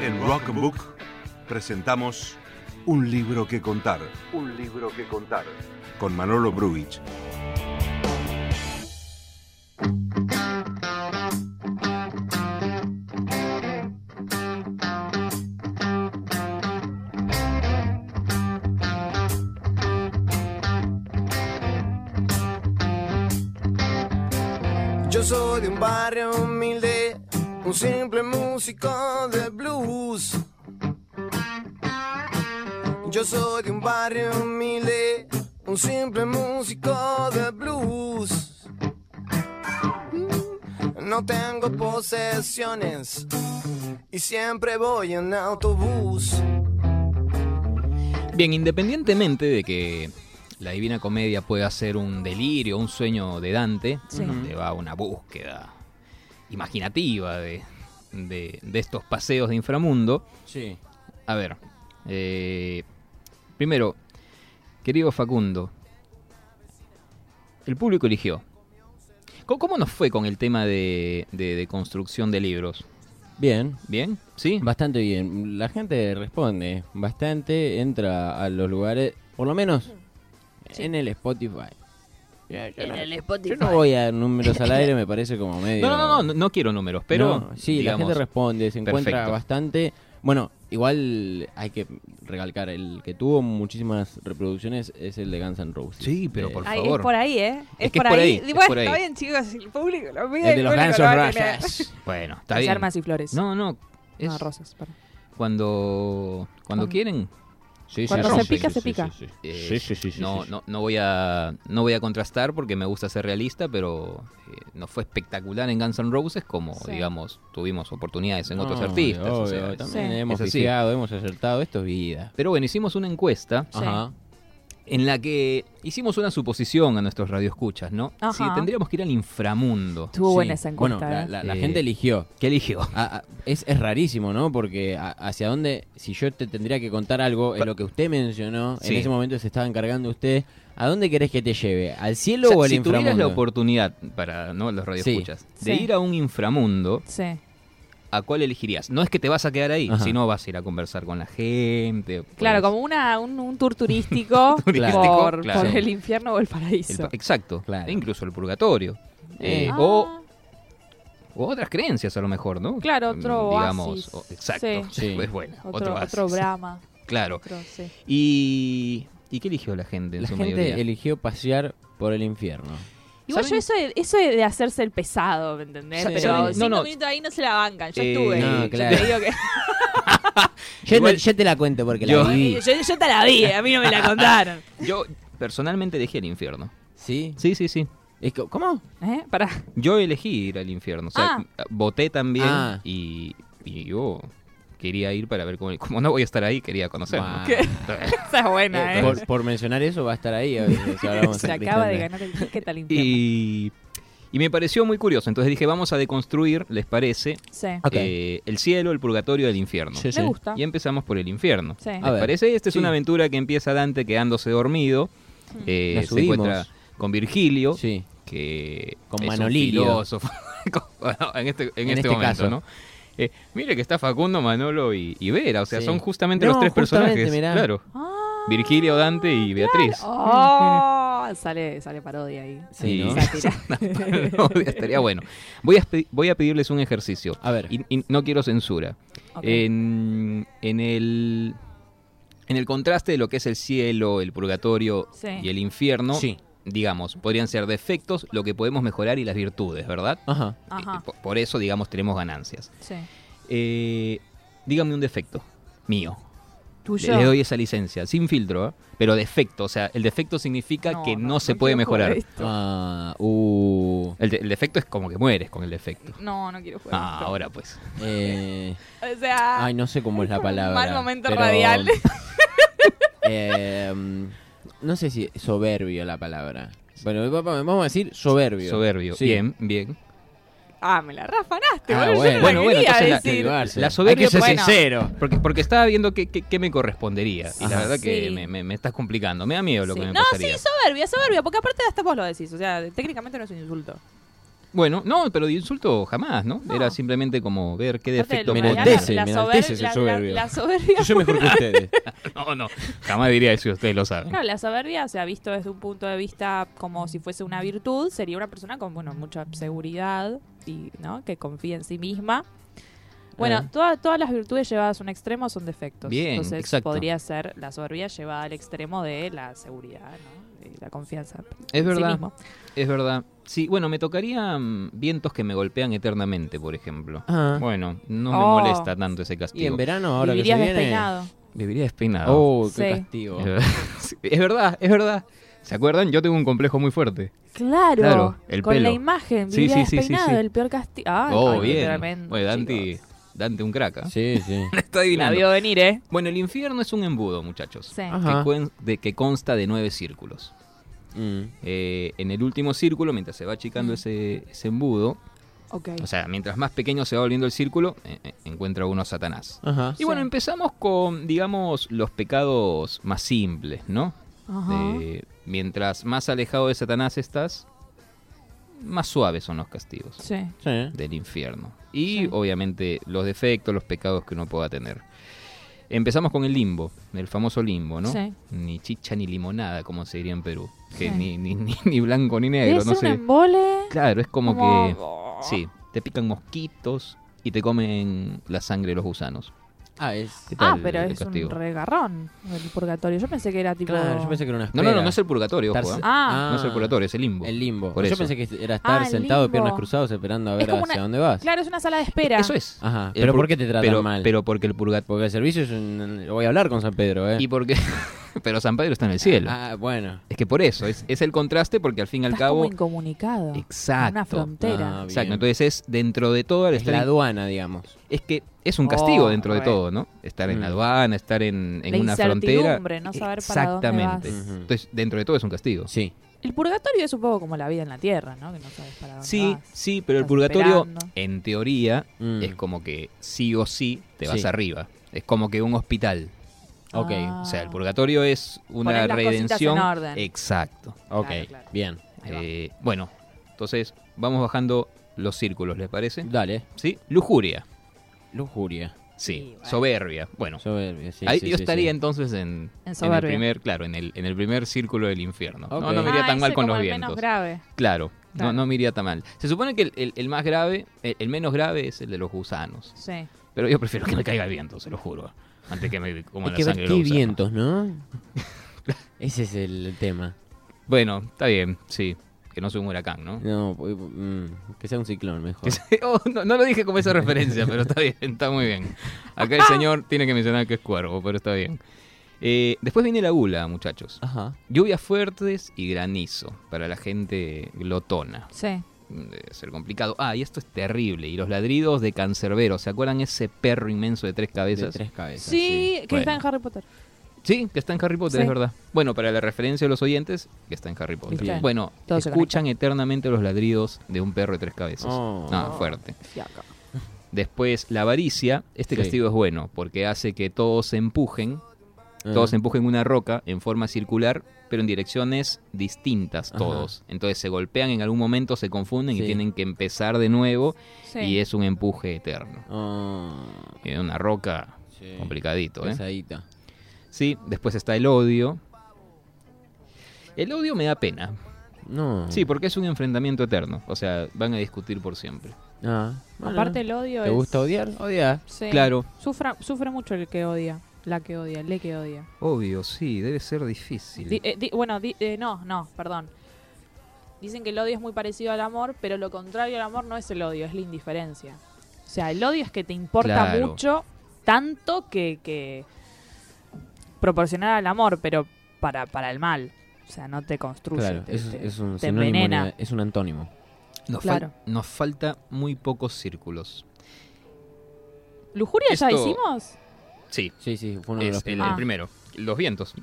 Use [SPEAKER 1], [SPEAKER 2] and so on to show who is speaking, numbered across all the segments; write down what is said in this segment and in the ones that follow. [SPEAKER 1] En Rockbook presentamos Un libro que contar. Un libro que contar. Con Manolo Bruich.
[SPEAKER 2] Yo soy de un barrio humilde, un simple músico de blues. Yo soy de un barrio humilde, un simple músico de blues. No tengo posesiones y siempre voy en autobús.
[SPEAKER 3] Bien, independientemente de que la Divina Comedia pueda ser un delirio, un sueño de Dante,
[SPEAKER 4] Sí.
[SPEAKER 3] donde va una búsqueda imaginativa de, de- de estos paseos de inframundo.
[SPEAKER 5] Sí.
[SPEAKER 3] A ver, eh, primero, querido Facundo, el público eligió. ¿Cómo, cómo nos fue con el tema de, de- de construcción de libros?
[SPEAKER 5] Bien,
[SPEAKER 3] ¿Bien? ¿Sí?
[SPEAKER 5] bastante bien. La gente responde bastante, entra a los lugares, por lo menos
[SPEAKER 4] Sí.
[SPEAKER 5] en el Spotify. Ya, yo
[SPEAKER 4] En
[SPEAKER 5] no-
[SPEAKER 4] el
[SPEAKER 5] Yo
[SPEAKER 4] Spotify.
[SPEAKER 5] no voy a dar números al aire, me parece como medio.
[SPEAKER 3] No, no, no, no, no quiero números, pero...
[SPEAKER 5] No, sí,
[SPEAKER 3] digamos,
[SPEAKER 5] la gente responde, se encuentra
[SPEAKER 3] perfecto.
[SPEAKER 5] bastante. Bueno, igual hay que recalcar, el que tuvo muchísimas reproducciones es el de Guns N' Roses.
[SPEAKER 3] Sí, pero por
[SPEAKER 4] Ay,
[SPEAKER 3] favor.
[SPEAKER 4] es por ahí, ¿eh?
[SPEAKER 3] Es
[SPEAKER 4] Es,
[SPEAKER 3] que es
[SPEAKER 4] por,
[SPEAKER 3] por ahí,
[SPEAKER 4] ahí.
[SPEAKER 3] es
[SPEAKER 4] Bueno,
[SPEAKER 3] por ahí.
[SPEAKER 4] está bien, chicos. El público lo pide.
[SPEAKER 5] El de
[SPEAKER 4] el
[SPEAKER 5] los
[SPEAKER 4] público
[SPEAKER 5] Guns
[SPEAKER 4] lo
[SPEAKER 5] N'
[SPEAKER 4] va a tener.
[SPEAKER 5] Roses.
[SPEAKER 3] Bueno, está
[SPEAKER 4] Las
[SPEAKER 3] bien.
[SPEAKER 4] armas y flores.
[SPEAKER 3] No, no. es
[SPEAKER 4] No, rosas, perdón.
[SPEAKER 3] Cuando, cuando
[SPEAKER 4] Cuando-
[SPEAKER 3] quieren. Sí,
[SPEAKER 4] Cuando
[SPEAKER 3] sí,
[SPEAKER 4] se
[SPEAKER 3] sí,
[SPEAKER 4] pica,
[SPEAKER 3] sí,
[SPEAKER 4] se
[SPEAKER 3] sí,
[SPEAKER 4] pica.
[SPEAKER 3] sí, sí. Eh, No, no, no voy a no voy a contrastar porque me gusta ser realista, pero eh, no fue espectacular en Guns N' Roses como
[SPEAKER 4] Sí.
[SPEAKER 3] digamos tuvimos oportunidades en otros
[SPEAKER 5] No,
[SPEAKER 3] artistas. o
[SPEAKER 5] obvio,
[SPEAKER 3] sea,
[SPEAKER 5] también
[SPEAKER 4] Sí.
[SPEAKER 5] hemos
[SPEAKER 3] es así.
[SPEAKER 5] fijado, hemos acertado, esto es vida.
[SPEAKER 3] Pero bueno, hicimos una encuesta
[SPEAKER 4] Sí.
[SPEAKER 5] Ajá.
[SPEAKER 3] en la que hicimos una suposición a nuestros radioescuchas, ¿no?
[SPEAKER 4] Ajá.
[SPEAKER 3] Si tendríamos que ir al inframundo.
[SPEAKER 4] Estuvo
[SPEAKER 5] Sí.
[SPEAKER 4] buena esa encuesta.
[SPEAKER 5] Bueno, la,
[SPEAKER 4] ¿eh?
[SPEAKER 5] la- la
[SPEAKER 3] Eh.
[SPEAKER 5] gente eligió.
[SPEAKER 3] ¿Qué eligió?
[SPEAKER 5] A- a- es, es rarísimo, ¿no? Porque a- hacia dónde, si yo te tendría que contar algo, es lo que usted mencionó,
[SPEAKER 3] Sí.
[SPEAKER 5] en ese momento se estaba encargando usted, ¿a dónde querés que te lleve? ¿Al cielo
[SPEAKER 3] O sea,
[SPEAKER 5] o al
[SPEAKER 3] si tuvieras la
[SPEAKER 5] inframundo?
[SPEAKER 3] oportunidad para ¿no? los radioescuchas de
[SPEAKER 4] Sí.
[SPEAKER 3] ir a un inframundo,
[SPEAKER 4] Sí.
[SPEAKER 3] ¿a cuál elegirías? No es que te vas a quedar ahí,
[SPEAKER 5] Ajá.
[SPEAKER 3] sino vas a ir a conversar con la gente. pues, puedes-
[SPEAKER 4] Claro, como una, un, un tour turístico,
[SPEAKER 3] Turístico,
[SPEAKER 4] por,
[SPEAKER 3] claro.
[SPEAKER 4] por el infierno o el
[SPEAKER 3] el
[SPEAKER 4] paraíso.
[SPEAKER 3] pa- exacto,
[SPEAKER 5] Claro.
[SPEAKER 3] e incluso el purgatorio. Eh,
[SPEAKER 5] Ah.
[SPEAKER 3] o, o otras creencias a lo mejor, ¿no?
[SPEAKER 4] Claro, otro
[SPEAKER 3] Mm, Digamos,
[SPEAKER 4] oasis.
[SPEAKER 3] o- exacto.
[SPEAKER 5] Sí.
[SPEAKER 3] Pues bueno,
[SPEAKER 4] otro,
[SPEAKER 3] otro,
[SPEAKER 4] otro,
[SPEAKER 3] oasis.
[SPEAKER 4] Brahma.
[SPEAKER 3] Claro.
[SPEAKER 4] Otro, sí.
[SPEAKER 3] Y, ¿Y qué eligió la gente en
[SPEAKER 5] La
[SPEAKER 3] su
[SPEAKER 5] gente
[SPEAKER 3] mayoría?
[SPEAKER 5] eligió pasear por el infierno.
[SPEAKER 4] Igual
[SPEAKER 3] ¿Saben?
[SPEAKER 4] yo eso de, eso de hacerse el pesado, ¿me entendés?
[SPEAKER 5] Sí.
[SPEAKER 4] Pero
[SPEAKER 5] ¿Saben? No,
[SPEAKER 4] cinco
[SPEAKER 3] no.
[SPEAKER 4] minutos ahí no se la bancan. Yo
[SPEAKER 3] Eh,
[SPEAKER 4] estuve.
[SPEAKER 5] no,
[SPEAKER 4] Yo
[SPEAKER 5] claro.
[SPEAKER 4] te digo que...
[SPEAKER 5] Yo,
[SPEAKER 3] Igual-
[SPEAKER 5] te, yo te la cuento porque
[SPEAKER 3] Yo-
[SPEAKER 5] la viví.
[SPEAKER 4] yo, yo te la vi, a mí no me la contaron.
[SPEAKER 3] Yo personalmente elegí el infierno.
[SPEAKER 5] ¿Sí?
[SPEAKER 3] Sí, sí, sí.
[SPEAKER 5] Es que- ¿Cómo?
[SPEAKER 4] ¿Eh? Pará.
[SPEAKER 3] Yo elegí ir al infierno. O
[SPEAKER 4] Ah.
[SPEAKER 3] sea, voté también
[SPEAKER 5] Ah.
[SPEAKER 3] y, y yo quería ir para ver cómo. Como no voy a estar ahí, quería conocer.
[SPEAKER 5] Bah.
[SPEAKER 4] ¿Qué? Esa es buena,
[SPEAKER 5] Eh,
[SPEAKER 4] ¿eh?
[SPEAKER 5] por, por mencionar eso va a estar ahí. a veces, ahora vamos a
[SPEAKER 4] Se
[SPEAKER 5] Cristian
[SPEAKER 4] acaba de
[SPEAKER 5] Bell.
[SPEAKER 4] ganar el ticket al infierno.
[SPEAKER 3] Y, y me pareció muy curioso. Entonces dije, vamos a deconstruir, ¿les parece?
[SPEAKER 4] Sí.
[SPEAKER 5] Ok.
[SPEAKER 3] eh, el cielo, el purgatorio y el infierno.
[SPEAKER 5] Sí, sí.
[SPEAKER 4] Me gusta.
[SPEAKER 3] Y empezamos por el infierno.
[SPEAKER 4] Sí.
[SPEAKER 3] ¿Les
[SPEAKER 5] A ver,
[SPEAKER 3] parece? Esta es
[SPEAKER 5] sí.
[SPEAKER 3] una aventura que empieza Dante quedándose dormido. Eh,
[SPEAKER 5] La
[SPEAKER 3] se
[SPEAKER 5] subimos.
[SPEAKER 3] encuentra con Virgilio,
[SPEAKER 5] Sí.
[SPEAKER 3] que
[SPEAKER 5] Con
[SPEAKER 3] es un
[SPEAKER 5] Manolilio.
[SPEAKER 3] filósofo. Con- en este, en
[SPEAKER 5] En
[SPEAKER 3] este
[SPEAKER 5] este
[SPEAKER 3] momento,
[SPEAKER 5] caso.
[SPEAKER 3] ¿no? Eh, mire que está Facundo, Manolo y, y Vera. O sea,
[SPEAKER 5] Sí.
[SPEAKER 3] son justamente
[SPEAKER 5] No,
[SPEAKER 3] los tres
[SPEAKER 5] justamente,
[SPEAKER 3] personajes.
[SPEAKER 5] mirá.
[SPEAKER 3] Claro.
[SPEAKER 4] Ah,
[SPEAKER 3] Virgilio, Dante y Beatriz.
[SPEAKER 4] Oh, sale, sale parodia ahí.
[SPEAKER 5] Sí, ¿no?
[SPEAKER 4] Sátira.
[SPEAKER 3] No, estaría bueno. Voy a, pe- voy a pedirles un ejercicio.
[SPEAKER 5] A ver.
[SPEAKER 3] Y, y no quiero censura.
[SPEAKER 4] Ok.
[SPEAKER 3] Eh, En, en el. En el contraste de lo que es el cielo, el purgatorio
[SPEAKER 4] Sí.
[SPEAKER 3] y el infierno,
[SPEAKER 5] Sí.
[SPEAKER 3] digamos, podrían ser defectos, lo que podemos mejorar y las virtudes, ¿verdad?
[SPEAKER 5] Ajá.
[SPEAKER 4] Ajá.
[SPEAKER 3] Eh, po- Por eso, digamos, tenemos ganancias.
[SPEAKER 4] Sí.
[SPEAKER 3] Eh, dígame un defecto mío.
[SPEAKER 4] Tuyo.
[SPEAKER 3] Le, le doy esa licencia, sin filtro, ¿eh? pero defecto. O sea, el defecto significa que no, se puede
[SPEAKER 4] quiero
[SPEAKER 3] mejorar.
[SPEAKER 4] jugar esto.
[SPEAKER 5] Ah, uh,
[SPEAKER 3] El, de- el defecto es como que mueres con el defecto.
[SPEAKER 4] No, no quiero jugar.
[SPEAKER 3] Ah,
[SPEAKER 4] esto.
[SPEAKER 3] ahora pues.
[SPEAKER 5] eh,
[SPEAKER 4] O sea,
[SPEAKER 5] Ay, no sé cómo es la palabra.
[SPEAKER 4] mal momento
[SPEAKER 5] pero,
[SPEAKER 4] radial.
[SPEAKER 5] eh, no sé si soberbio la palabra. Bueno, papá, vamos a decir soberbio.
[SPEAKER 3] Soberbio.
[SPEAKER 5] Sí.
[SPEAKER 3] Bien, bien.
[SPEAKER 4] ah, me la rafanaste.
[SPEAKER 5] Ah,
[SPEAKER 4] boludo,
[SPEAKER 5] bueno.
[SPEAKER 4] yo no
[SPEAKER 3] Bueno,
[SPEAKER 4] la
[SPEAKER 3] bueno,
[SPEAKER 4] quería
[SPEAKER 3] entonces la-
[SPEAKER 4] decir.
[SPEAKER 5] Privarse.
[SPEAKER 3] La soberbia
[SPEAKER 5] Hay que ser
[SPEAKER 4] bueno.
[SPEAKER 5] sincero.
[SPEAKER 3] Porque, porque estaba viendo qué, qué- qué me correspondería. Y la
[SPEAKER 5] Ajá.
[SPEAKER 3] verdad que
[SPEAKER 4] Sí.
[SPEAKER 3] me, me- me estás complicando. Me da miedo lo
[SPEAKER 4] Sí.
[SPEAKER 3] que me
[SPEAKER 4] No, sí,
[SPEAKER 3] pasaría.
[SPEAKER 4] soberbia, soberbia, porque aparte hasta vos lo decís. O sea, técnicamente no es un insulto.
[SPEAKER 3] Bueno, no, pero de insulto jamás, ¿no?
[SPEAKER 4] No.
[SPEAKER 3] Era simplemente como ver qué
[SPEAKER 4] Aparte de
[SPEAKER 3] defecto
[SPEAKER 4] lo
[SPEAKER 5] Me
[SPEAKER 3] puedo
[SPEAKER 4] mañana,
[SPEAKER 3] tener.
[SPEAKER 5] enaltece,
[SPEAKER 4] la
[SPEAKER 5] me
[SPEAKER 4] sober-
[SPEAKER 5] enaltece ese
[SPEAKER 4] la- la-
[SPEAKER 5] soberbio.
[SPEAKER 4] la soberbia
[SPEAKER 5] Yo soy mejor que ustedes.
[SPEAKER 3] No, no, jamás diría eso, ustedes lo saben.
[SPEAKER 4] Claro, la soberbia se ha visto desde un punto de vista como si fuese una virtud, sería una persona con bueno, mucha seguridad y ¿no? que confía en sí misma. Bueno,
[SPEAKER 5] Ah.
[SPEAKER 4] toda- todas las virtudes llevadas a un extremo son defectos.
[SPEAKER 3] Eh. Bien,
[SPEAKER 4] Entonces
[SPEAKER 3] exacto.
[SPEAKER 4] podría ser la soberbia llevada al extremo de la seguridad, ¿no? Y la confianza.
[SPEAKER 3] Es
[SPEAKER 4] en Sí
[SPEAKER 3] verdad,
[SPEAKER 4] mismo.
[SPEAKER 3] es verdad. Sí, bueno, me tocaría mm, vientos que me golpean eternamente, por ejemplo.
[SPEAKER 5] Ah.
[SPEAKER 3] Bueno, no me
[SPEAKER 4] Oh.
[SPEAKER 3] molesta tanto ese
[SPEAKER 5] Y en
[SPEAKER 3] castigo.
[SPEAKER 5] verano ahora que se
[SPEAKER 4] Vivirías
[SPEAKER 5] viene...
[SPEAKER 4] despeinado.
[SPEAKER 3] Viviría despeinado.
[SPEAKER 5] Oh, qué
[SPEAKER 4] Sí.
[SPEAKER 5] castigo.
[SPEAKER 3] Es verdad. Sí, es verdad, es verdad. ¿Se acuerdan? Yo tengo un complejo muy fuerte.
[SPEAKER 4] Claro,
[SPEAKER 3] Claro, el
[SPEAKER 4] con la
[SPEAKER 3] pelo.
[SPEAKER 4] imagen,
[SPEAKER 3] Sí,
[SPEAKER 4] vivía
[SPEAKER 3] sí, sí, sí,
[SPEAKER 4] despeinado,
[SPEAKER 3] sí.
[SPEAKER 4] el peor castigo. Ah,
[SPEAKER 3] oh,
[SPEAKER 4] ay,
[SPEAKER 3] bien.
[SPEAKER 4] tremendo,
[SPEAKER 3] Bueno, Dante,
[SPEAKER 4] chicos.
[SPEAKER 3] Dante un crack. ¿ah?
[SPEAKER 5] Sí, sí.
[SPEAKER 3] Está
[SPEAKER 4] La
[SPEAKER 3] adivinando.
[SPEAKER 4] vio venir, ¿eh?
[SPEAKER 3] Bueno, el infierno es un embudo, muchachos.
[SPEAKER 4] Sí.
[SPEAKER 5] Ah.
[SPEAKER 3] Que,
[SPEAKER 5] Ajá.
[SPEAKER 3] cuen- de- que consta de nueve círculos.
[SPEAKER 5] Mm.
[SPEAKER 3] Eh, en el último círculo, mientras se va achicando ese, ese embudo,
[SPEAKER 4] Ok.
[SPEAKER 3] o sea, mientras más pequeño se va volviendo el círculo, eh, eh, encuentra uno a Satanás.
[SPEAKER 5] Ajá.
[SPEAKER 3] Y bueno,
[SPEAKER 4] Sí.
[SPEAKER 3] empezamos con, digamos, los pecados más simples, ¿no?
[SPEAKER 4] Ajá.
[SPEAKER 3] Eh, mientras más alejado de Satanás estás, más suaves son los castigos
[SPEAKER 4] Sí.
[SPEAKER 5] Sí.
[SPEAKER 3] del infierno. Y
[SPEAKER 4] Sí.
[SPEAKER 3] obviamente los defectos, los pecados que uno pueda tener. Empezamos con el limbo, el famoso limbo, ¿no?
[SPEAKER 4] Sí.
[SPEAKER 3] Ni chicha ni limonada, como se diría en Perú. Que
[SPEAKER 4] Sí.
[SPEAKER 3] ni, ni, ni, ni blanco ni negro,
[SPEAKER 4] Debe
[SPEAKER 3] no
[SPEAKER 4] ser un
[SPEAKER 3] sé.
[SPEAKER 4] embole.
[SPEAKER 3] Claro, es como, que...
[SPEAKER 4] oh.
[SPEAKER 3] Sí, te pican mosquitos y te comen la sangre de los gusanos.
[SPEAKER 5] Ah, es...
[SPEAKER 3] ¿Qué tal
[SPEAKER 4] Ah, pero
[SPEAKER 3] el
[SPEAKER 4] es
[SPEAKER 3] castigo?
[SPEAKER 4] un regarrón el purgatorio. Yo pensé que era tipo.
[SPEAKER 5] Claro, yo pensé que era una
[SPEAKER 3] No,
[SPEAKER 5] espera.
[SPEAKER 3] no, no, no es el purgatorio, ojo.
[SPEAKER 5] Estar-
[SPEAKER 3] ¿eh?
[SPEAKER 4] Ah.
[SPEAKER 3] no es el purgatorio, es el limbo.
[SPEAKER 5] El limbo.
[SPEAKER 3] Por
[SPEAKER 5] yo
[SPEAKER 3] eso.
[SPEAKER 5] pensé que era estar
[SPEAKER 4] Ah, el
[SPEAKER 5] sentado de piernas
[SPEAKER 4] limbo.
[SPEAKER 5] cruzadas esperando a ver
[SPEAKER 4] como
[SPEAKER 5] hacia
[SPEAKER 4] una-
[SPEAKER 5] dónde vas.
[SPEAKER 4] Claro, es una sala de espera.
[SPEAKER 3] Eso es.
[SPEAKER 5] Ajá.
[SPEAKER 3] El
[SPEAKER 5] Pero
[SPEAKER 3] pur-
[SPEAKER 5] ¿por qué te tratan
[SPEAKER 3] Eh, pero-
[SPEAKER 5] mal?
[SPEAKER 3] Pero porque el purgatorio...
[SPEAKER 5] Porque el servicio es un... Voy a hablar con San Pedro, ¿eh?
[SPEAKER 3] Y porque... pero San Pedro está en el cielo.
[SPEAKER 5] Ah, bueno.
[SPEAKER 3] Es que por eso, es, es el contraste porque al fin y al
[SPEAKER 4] Estás
[SPEAKER 3] cabo...
[SPEAKER 4] como incomunicado.
[SPEAKER 3] Exacto.
[SPEAKER 4] Una
[SPEAKER 5] Ah,
[SPEAKER 4] frontera.
[SPEAKER 5] bien.
[SPEAKER 3] Exacto, entonces es dentro de todo el
[SPEAKER 5] Es
[SPEAKER 3] estar
[SPEAKER 5] la
[SPEAKER 3] en-
[SPEAKER 5] aduana, digamos.
[SPEAKER 3] es que es un castigo
[SPEAKER 4] Oh,
[SPEAKER 3] dentro de
[SPEAKER 4] re.
[SPEAKER 3] todo, ¿no? Estar en
[SPEAKER 5] Mm.
[SPEAKER 3] la aduana, estar en, en
[SPEAKER 4] La
[SPEAKER 3] una frontera.
[SPEAKER 4] incertidumbre, no saber para dónde
[SPEAKER 3] Exactamente.
[SPEAKER 5] vas. Ujú.
[SPEAKER 3] Entonces, dentro de todo es un castigo. Sí,
[SPEAKER 5] Sí.
[SPEAKER 4] El purgatorio es un poco como la vida en la tierra, ¿no? Que no sabes para dónde
[SPEAKER 3] sí,
[SPEAKER 4] vas.
[SPEAKER 3] pero el
[SPEAKER 4] Estás
[SPEAKER 3] purgatorio,
[SPEAKER 4] esperando.
[SPEAKER 3] en teoría,
[SPEAKER 5] Mm.
[SPEAKER 3] es como que sí o sí te vas
[SPEAKER 5] Sí.
[SPEAKER 3] arriba. Es como que un hospital.
[SPEAKER 5] Ok,
[SPEAKER 4] Ah.
[SPEAKER 3] O sea, el purgatorio es una
[SPEAKER 4] Poner las cositas
[SPEAKER 3] redención.
[SPEAKER 4] en orden.
[SPEAKER 3] Exacto.
[SPEAKER 5] Ok,
[SPEAKER 4] Ah, Claro, claro.
[SPEAKER 5] bien.
[SPEAKER 4] Ahí va.
[SPEAKER 3] Eh, bueno, entonces vamos bajando los círculos, ¿les parece?
[SPEAKER 5] Dale.
[SPEAKER 3] Sí. Lujuria.
[SPEAKER 5] Lujuria.
[SPEAKER 3] Sí.
[SPEAKER 4] Sí, bueno.
[SPEAKER 3] Soberbia. Bueno,
[SPEAKER 5] Soberbia, sí,
[SPEAKER 3] Ahí
[SPEAKER 5] sí,
[SPEAKER 3] yo
[SPEAKER 5] sí,
[SPEAKER 3] estaría
[SPEAKER 5] sí.
[SPEAKER 3] entonces en, en el
[SPEAKER 4] soberbia.
[SPEAKER 3] primer, claro, en el, en el primer círculo del infierno. No,
[SPEAKER 5] Ok.
[SPEAKER 3] no me iría
[SPEAKER 4] Ah,
[SPEAKER 3] tan mal
[SPEAKER 4] ese
[SPEAKER 3] con
[SPEAKER 4] como
[SPEAKER 3] los
[SPEAKER 4] el
[SPEAKER 3] vientos.
[SPEAKER 4] menos grave.
[SPEAKER 3] Claro, no,
[SPEAKER 4] Claro.
[SPEAKER 3] no me iría tan mal. Se supone que el, el- el más grave, el, el menos grave es el de los gusanos.
[SPEAKER 4] Sí.
[SPEAKER 3] Pero yo prefiero que me caiga el viento, se lo juro. Antes que me coma
[SPEAKER 5] Hay
[SPEAKER 3] la
[SPEAKER 5] que ver
[SPEAKER 3] sangre de los
[SPEAKER 5] qué
[SPEAKER 3] gusanos.
[SPEAKER 5] vientos, ¿no? Ese es el tema.
[SPEAKER 3] Bueno, está bien, sí. Que no sea un huracán, ¿no?
[SPEAKER 5] No, pu- pu- mm, que sea un ciclón mejor.
[SPEAKER 3] Que se- oh, no, no lo dije como esa referencia, pero está bien, está muy bien. Acá el
[SPEAKER 4] Ah.
[SPEAKER 3] señor tiene que mencionar que es cuervo, pero está bien. Eh, después viene la gula, muchachos.
[SPEAKER 5] Ajá.
[SPEAKER 3] Lluvias fuertes y granizo para la gente glotona.
[SPEAKER 4] Sí.
[SPEAKER 3] Debe ser complicado. Ah, y esto es terrible. Y los ladridos de cancerbero. ¿Se acuerdan ese perro inmenso de tres
[SPEAKER 5] De
[SPEAKER 3] cabezas?
[SPEAKER 5] tres cabezas.
[SPEAKER 4] Sí, que
[SPEAKER 3] Bueno.
[SPEAKER 4] está en Harry Potter.
[SPEAKER 3] Sí, que está en Harry Potter,
[SPEAKER 4] Sí.
[SPEAKER 3] es verdad. Bueno, para la referencia de los oyentes, que está en Harry Potter.
[SPEAKER 4] Viste.
[SPEAKER 3] Bueno,
[SPEAKER 4] Todo se
[SPEAKER 3] escuchan eternamente los ladridos de un perro de tres cabezas.
[SPEAKER 5] Oh.
[SPEAKER 3] Ah, fuerte.
[SPEAKER 4] Fiaca.
[SPEAKER 3] Después, la avaricia. Este
[SPEAKER 5] Sí.
[SPEAKER 3] castigo es bueno porque hace que todos se empujen.
[SPEAKER 5] Ah.
[SPEAKER 3] Todos empujen una roca en forma circular, pero en direcciones distintas
[SPEAKER 5] Ajá.
[SPEAKER 3] todos. Entonces se golpean en algún momento, se confunden
[SPEAKER 5] Sí.
[SPEAKER 3] y tienen que empezar de nuevo
[SPEAKER 4] Sí.
[SPEAKER 3] y es un empuje eterno.
[SPEAKER 5] Ah,
[SPEAKER 3] Y Una roca
[SPEAKER 5] sí.
[SPEAKER 3] complicadito, ¿eh?
[SPEAKER 5] Pesadita.
[SPEAKER 3] Sí, después está el odio. El odio me da pena.
[SPEAKER 5] No.
[SPEAKER 3] Sí, porque es un enfrentamiento eterno. O sea, van a discutir por siempre.
[SPEAKER 5] Ah, bueno.
[SPEAKER 4] Aparte, el odio
[SPEAKER 5] ¿Te
[SPEAKER 4] es.
[SPEAKER 5] gusta odiar? Odiar.
[SPEAKER 4] Sí.
[SPEAKER 3] Claro.
[SPEAKER 4] Sufra, sufre mucho el que odia. La que odia, el que odia.
[SPEAKER 3] Obvio, sí, debe ser difícil.
[SPEAKER 4] Di- eh, di- bueno, di- eh, no, no, perdón. Dicen que el odio es muy parecido al amor, pero lo contrario al amor no es el odio, es la indiferencia. O sea, el odio es que te importa
[SPEAKER 3] Claro.
[SPEAKER 4] mucho, tanto que, que proporcionar al amor, pero para, para el mal. O sea, no te construye.
[SPEAKER 5] Claro,
[SPEAKER 4] te-
[SPEAKER 5] eso es,
[SPEAKER 4] te-
[SPEAKER 5] es un
[SPEAKER 4] te
[SPEAKER 5] sinónimo,
[SPEAKER 4] envenena.
[SPEAKER 5] ni- es un antónimo.
[SPEAKER 3] Nos,
[SPEAKER 4] Claro.
[SPEAKER 3] fal- nos falta muy pocos círculos.
[SPEAKER 4] ¿Lujuria ya
[SPEAKER 3] Esto-
[SPEAKER 4] hicimos?
[SPEAKER 3] Sí,
[SPEAKER 5] Sí, sí, fue uno de
[SPEAKER 3] es
[SPEAKER 5] los
[SPEAKER 3] el,
[SPEAKER 5] primeros.
[SPEAKER 3] el primero. Los vientos.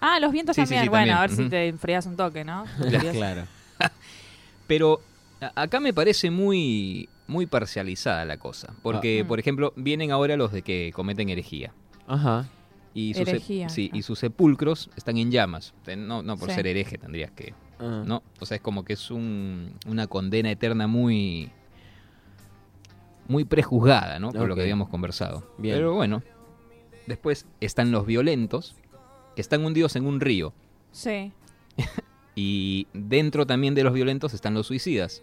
[SPEAKER 4] Ah, los vientos
[SPEAKER 3] Sí, sí,
[SPEAKER 4] también.
[SPEAKER 3] sí,
[SPEAKER 4] bueno,
[SPEAKER 3] también.
[SPEAKER 4] a ver si
[SPEAKER 3] Ujú.
[SPEAKER 4] te enfrías un toque, ¿no? Curioso.
[SPEAKER 5] Claro.
[SPEAKER 3] Pero a- acá me parece muy, muy parcializada la cosa. Porque,
[SPEAKER 4] Ah.
[SPEAKER 3] por ejemplo, vienen ahora los de que cometen herejía.
[SPEAKER 5] Ajá.
[SPEAKER 3] Y sus, sep-
[SPEAKER 4] Herejía,
[SPEAKER 3] sí,
[SPEAKER 4] claro.
[SPEAKER 3] y sus sepulcros están en llamas. Ten- No, no por
[SPEAKER 4] Sí.
[SPEAKER 3] ser hereje tendrías que
[SPEAKER 5] Ah.
[SPEAKER 3] ¿no? O sea, es como que es un- una condena eterna muy muy prejuzgada, ¿no? Por lo que
[SPEAKER 5] Ok.
[SPEAKER 3] habíamos conversado.
[SPEAKER 5] Bien.
[SPEAKER 3] Pero bueno, después están los violentos, que están hundidos en un río.
[SPEAKER 4] Sí.
[SPEAKER 3] Y dentro también de los violentos están los suicidas.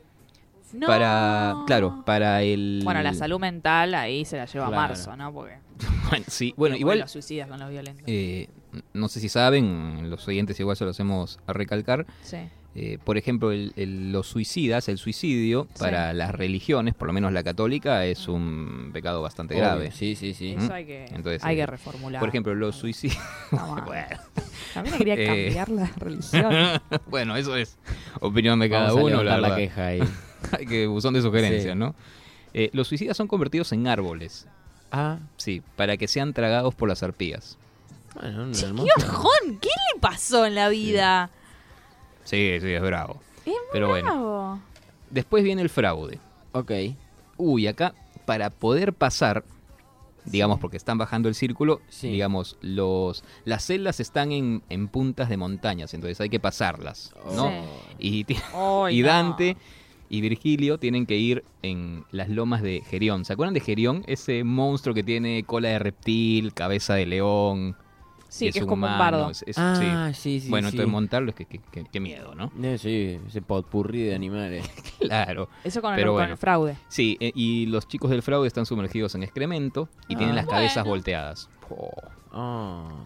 [SPEAKER 4] No.
[SPEAKER 3] Para, claro, para el...
[SPEAKER 4] Bueno, la salud mental ahí se la lleva
[SPEAKER 5] Claro.
[SPEAKER 4] a marzo, ¿no? Porque
[SPEAKER 3] Bueno, sí, bueno, igual...
[SPEAKER 4] los suicidas con los violentos.
[SPEAKER 3] eh, no sé si saben, los oyentes igual se los hacemos a recalcar,
[SPEAKER 4] sí.
[SPEAKER 3] Eh, por ejemplo, el- el- los suicidas, el suicidio
[SPEAKER 4] Sí.
[SPEAKER 3] para las religiones, por lo menos la católica, es un pecado bastante
[SPEAKER 5] Obvio,
[SPEAKER 3] grave.
[SPEAKER 5] Sí, Ah. sí, sí.
[SPEAKER 4] Eso hay que,
[SPEAKER 3] Entonces,
[SPEAKER 4] hay
[SPEAKER 3] eh,
[SPEAKER 4] que reformular.
[SPEAKER 3] Por ejemplo, los suicidios.
[SPEAKER 5] Ah.
[SPEAKER 4] Toma.
[SPEAKER 3] bueno,
[SPEAKER 4] También quería
[SPEAKER 3] eh,
[SPEAKER 4] cambiar la religión.
[SPEAKER 3] bueno, eso es opinión de cada
[SPEAKER 5] Vamos a
[SPEAKER 3] uno, la,
[SPEAKER 5] levantar
[SPEAKER 3] verdad.
[SPEAKER 5] queja ahí.
[SPEAKER 3] Hay que buzón de sugerencias,
[SPEAKER 5] Sí.
[SPEAKER 3] ¿no? Eh, los suicidas son convertidos en árboles,
[SPEAKER 5] ah,
[SPEAKER 3] sí, para que sean tragados por las arpías.
[SPEAKER 5] bueno, una
[SPEAKER 4] Che,
[SPEAKER 5] hermosa.
[SPEAKER 4] ¡Qué orjón! ¿Qué le pasó en la vida?
[SPEAKER 3] Sí, sí, es bravo.
[SPEAKER 4] Es
[SPEAKER 3] Pero bueno,
[SPEAKER 4] bravo.
[SPEAKER 3] después viene el fraude.
[SPEAKER 5] Ok.
[SPEAKER 3] uy, acá para poder pasar, digamos,
[SPEAKER 4] Sí.
[SPEAKER 3] porque están bajando el círculo,
[SPEAKER 5] Sí.
[SPEAKER 3] digamos, los las celdas están en, en puntas de montañas, entonces hay que pasarlas, ¿no?
[SPEAKER 4] Sí.
[SPEAKER 3] Y, ti-
[SPEAKER 4] Ay,
[SPEAKER 3] y
[SPEAKER 4] no.
[SPEAKER 3] Dante y Virgilio tienen que ir en las lomas de Gerión. ¿Se acuerdan de Gerión? Ese monstruo que tiene cola de reptil, cabeza de león,
[SPEAKER 4] Sí,
[SPEAKER 3] que
[SPEAKER 4] que
[SPEAKER 3] es
[SPEAKER 4] es como un
[SPEAKER 3] humano,
[SPEAKER 4] bardo.
[SPEAKER 3] es- es- sí.
[SPEAKER 5] Ah, sí, sí,
[SPEAKER 3] bueno,
[SPEAKER 5] sí.
[SPEAKER 3] entonces montarlo es que, que- que- qué miedo, ¿no?
[SPEAKER 5] Eh, sí, ese potpurrí de animales.
[SPEAKER 3] Claro.
[SPEAKER 4] Eso con el,
[SPEAKER 3] Pero
[SPEAKER 4] con
[SPEAKER 3] bueno.
[SPEAKER 4] el fraude.
[SPEAKER 3] Sí, e- y los chicos del fraude están sumergidos en excremento y tienen
[SPEAKER 5] Ah.
[SPEAKER 3] las cabezas volteadas.
[SPEAKER 5] Ah.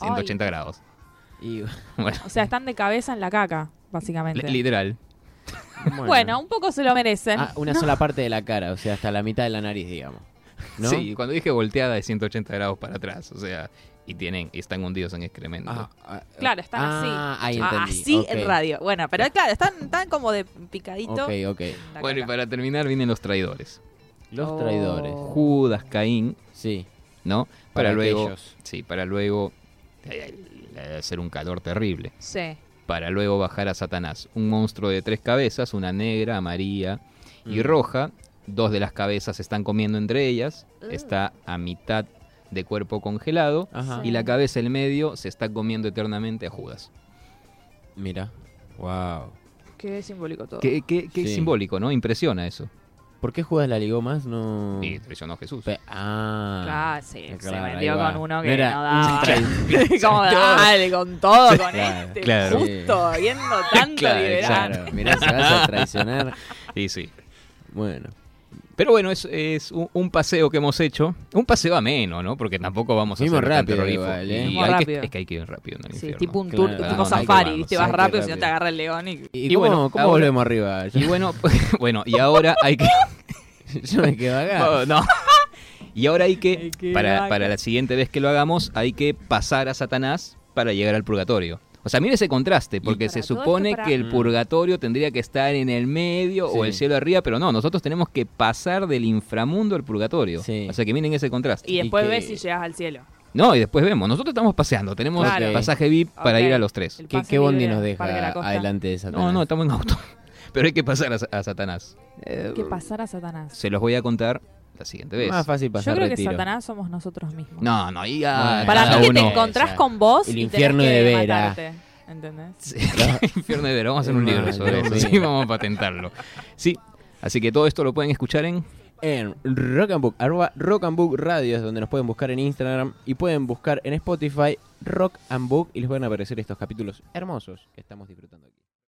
[SPEAKER 3] 180 grados.
[SPEAKER 5] Y,
[SPEAKER 3] Bueno,
[SPEAKER 4] O sea, están de cabeza en la caca, básicamente.
[SPEAKER 3] li- literal.
[SPEAKER 4] bueno. un poco se lo merecen.
[SPEAKER 5] Ah, una sola parte de la cara, o sea, hasta la mitad de la nariz, digamos. ¿No?
[SPEAKER 3] Sí, cuando dije volteada es 180 grados para atrás, o sea, y tienen y están hundidos en excremento.
[SPEAKER 5] Ah, ah,
[SPEAKER 4] Claro, están
[SPEAKER 5] ah,
[SPEAKER 4] así.
[SPEAKER 5] ahí
[SPEAKER 4] Ah,
[SPEAKER 5] entendí.
[SPEAKER 4] así
[SPEAKER 5] Ok.
[SPEAKER 4] en radio. Bueno, pero claro, están, están como de picadito.
[SPEAKER 5] Ok, ok.
[SPEAKER 4] en la
[SPEAKER 3] bueno, y
[SPEAKER 4] caca.
[SPEAKER 3] para terminar vienen los traidores.
[SPEAKER 5] Los
[SPEAKER 4] Oh.
[SPEAKER 5] traidores.
[SPEAKER 3] Judas, Caín,
[SPEAKER 5] Sí.
[SPEAKER 3] ¿no? Para,
[SPEAKER 5] Para
[SPEAKER 3] luego,
[SPEAKER 5] aquellos.
[SPEAKER 3] sí, para luego ay, ay, debe ser un calor terrible.
[SPEAKER 4] Sí.
[SPEAKER 3] Para luego bajar a Satanás, un monstruo de tres cabezas, una negra, amarilla y
[SPEAKER 5] Mm.
[SPEAKER 3] roja. Dos de las cabezas se están comiendo entre ellas,
[SPEAKER 4] Mm.
[SPEAKER 3] está a mitad de cuerpo congelado
[SPEAKER 5] Ajá.
[SPEAKER 4] Sí.
[SPEAKER 3] y la cabeza del medio se está comiendo eternamente a Judas.
[SPEAKER 5] Mira. Wow.
[SPEAKER 4] Qué simbólico todo.
[SPEAKER 3] Qué, qué- qué
[SPEAKER 5] Sí.
[SPEAKER 3] simbólico, ¿no? Impresiona eso.
[SPEAKER 5] ¿Por qué Judas la ligó más? No.
[SPEAKER 3] Y traicionó a Jesús.
[SPEAKER 5] Pe- ah.
[SPEAKER 4] Claro, sí, se
[SPEAKER 5] Claro, ahí
[SPEAKER 4] metió
[SPEAKER 5] va.
[SPEAKER 4] con uno que
[SPEAKER 5] No
[SPEAKER 4] no,
[SPEAKER 5] era un
[SPEAKER 4] daba.
[SPEAKER 5] traidor.
[SPEAKER 4] como dale, con todo, con
[SPEAKER 5] Claro,
[SPEAKER 4] este.
[SPEAKER 3] claro.
[SPEAKER 4] Justo, viendo tanto
[SPEAKER 3] Claro,
[SPEAKER 4] liberal.
[SPEAKER 5] Claro, mirá, se vas a traicionar.
[SPEAKER 3] Sí, sí.
[SPEAKER 5] Bueno.
[SPEAKER 3] Pero bueno, es, es un, un paseo que hemos hecho. Un paseo ameno, ¿no? Porque tampoco vamos a
[SPEAKER 5] Fuimos
[SPEAKER 3] hacer tan
[SPEAKER 5] rápido
[SPEAKER 3] terrorífico.
[SPEAKER 5] igual, ¿eh?
[SPEAKER 3] Y
[SPEAKER 4] Fuimos
[SPEAKER 3] hay que-
[SPEAKER 4] rápido.
[SPEAKER 3] es que hay que ir rápido en el
[SPEAKER 4] Sí,
[SPEAKER 3] infierno.
[SPEAKER 4] tipo un
[SPEAKER 5] Claro.
[SPEAKER 4] tour,
[SPEAKER 5] Ah,
[SPEAKER 4] tipo
[SPEAKER 5] no,
[SPEAKER 3] hay que
[SPEAKER 4] safari,
[SPEAKER 3] vamos,
[SPEAKER 4] ¿viste?
[SPEAKER 5] hay
[SPEAKER 4] Vas
[SPEAKER 5] que
[SPEAKER 4] rápido, si
[SPEAKER 5] rápido.
[SPEAKER 4] no te agarra el león y...
[SPEAKER 5] ¿Y,
[SPEAKER 3] Y
[SPEAKER 5] cómo,
[SPEAKER 3] bueno,
[SPEAKER 5] cómo
[SPEAKER 3] ahora-
[SPEAKER 5] volvemos arriba? Yo,
[SPEAKER 3] Y bueno, bueno, y ahora hay que...
[SPEAKER 5] yo me quedo acá.
[SPEAKER 3] Oh, no. Y ahora hay
[SPEAKER 4] Hay
[SPEAKER 3] que,
[SPEAKER 4] que
[SPEAKER 3] para,
[SPEAKER 4] vaca.
[SPEAKER 3] para la siguiente vez que lo hagamos, hay que pasar a Satanás para llegar al purgatorio. O sea, mira ese contraste, porque se
[SPEAKER 4] Para todo esto,
[SPEAKER 3] supone
[SPEAKER 4] para-
[SPEAKER 3] que el
[SPEAKER 5] Mm.
[SPEAKER 3] purgatorio tendría que estar en el medio o
[SPEAKER 5] Sí.
[SPEAKER 3] el cielo arriba, pero no, nosotros tenemos que pasar del inframundo al purgatorio.
[SPEAKER 5] Sí.
[SPEAKER 3] O sea, que miren ese contraste.
[SPEAKER 4] Y después
[SPEAKER 5] que-
[SPEAKER 4] ves si llegas al cielo.
[SPEAKER 3] No, y después vemos, nosotros estamos paseando, tenemos
[SPEAKER 4] Claro.
[SPEAKER 3] el pasaje VIP para
[SPEAKER 4] Ok.
[SPEAKER 3] ir a los tres.
[SPEAKER 4] El
[SPEAKER 5] ¿Qué,
[SPEAKER 4] pase
[SPEAKER 5] qué bondi
[SPEAKER 4] libre
[SPEAKER 5] nos
[SPEAKER 4] al Parque de la
[SPEAKER 5] deja
[SPEAKER 4] Costa.
[SPEAKER 5] adelante de Satanás?
[SPEAKER 3] No, no, estamos en auto. Pero hay que pasar a, Sa- a Satanás.
[SPEAKER 5] Eh,
[SPEAKER 4] Que pasar a Satanás.
[SPEAKER 3] Se los voy a contar la siguiente vez.
[SPEAKER 5] Más fácil
[SPEAKER 4] Yo
[SPEAKER 5] pasar
[SPEAKER 4] creo que
[SPEAKER 5] retiro.
[SPEAKER 4] Satanás somos nosotros mismos.
[SPEAKER 3] No, no, ahí ah, ya
[SPEAKER 5] Bueno,
[SPEAKER 4] Para
[SPEAKER 3] cada
[SPEAKER 4] mí que te
[SPEAKER 3] uno-
[SPEAKER 4] encontrás
[SPEAKER 5] ya.
[SPEAKER 4] con vos
[SPEAKER 5] El
[SPEAKER 4] y
[SPEAKER 5] infierno
[SPEAKER 4] tenés
[SPEAKER 5] de
[SPEAKER 4] que
[SPEAKER 5] Vera.
[SPEAKER 4] matarte, ¿Entendés?
[SPEAKER 3] Infierno de Vera, vamos a hacer un
[SPEAKER 5] Mal,
[SPEAKER 3] libro sobre
[SPEAKER 5] Dios
[SPEAKER 3] eso.
[SPEAKER 5] mío.
[SPEAKER 3] Sí, vamos a patentarlo. Sí, así que todo esto lo pueden escuchar en.
[SPEAKER 5] en Rock and Book, arroba Rock and Book Radio es donde nos pueden buscar en Instagram y pueden buscar en Spotify Rock and Book y les van a aparecer estos capítulos hermosos que estamos disfrutando aquí.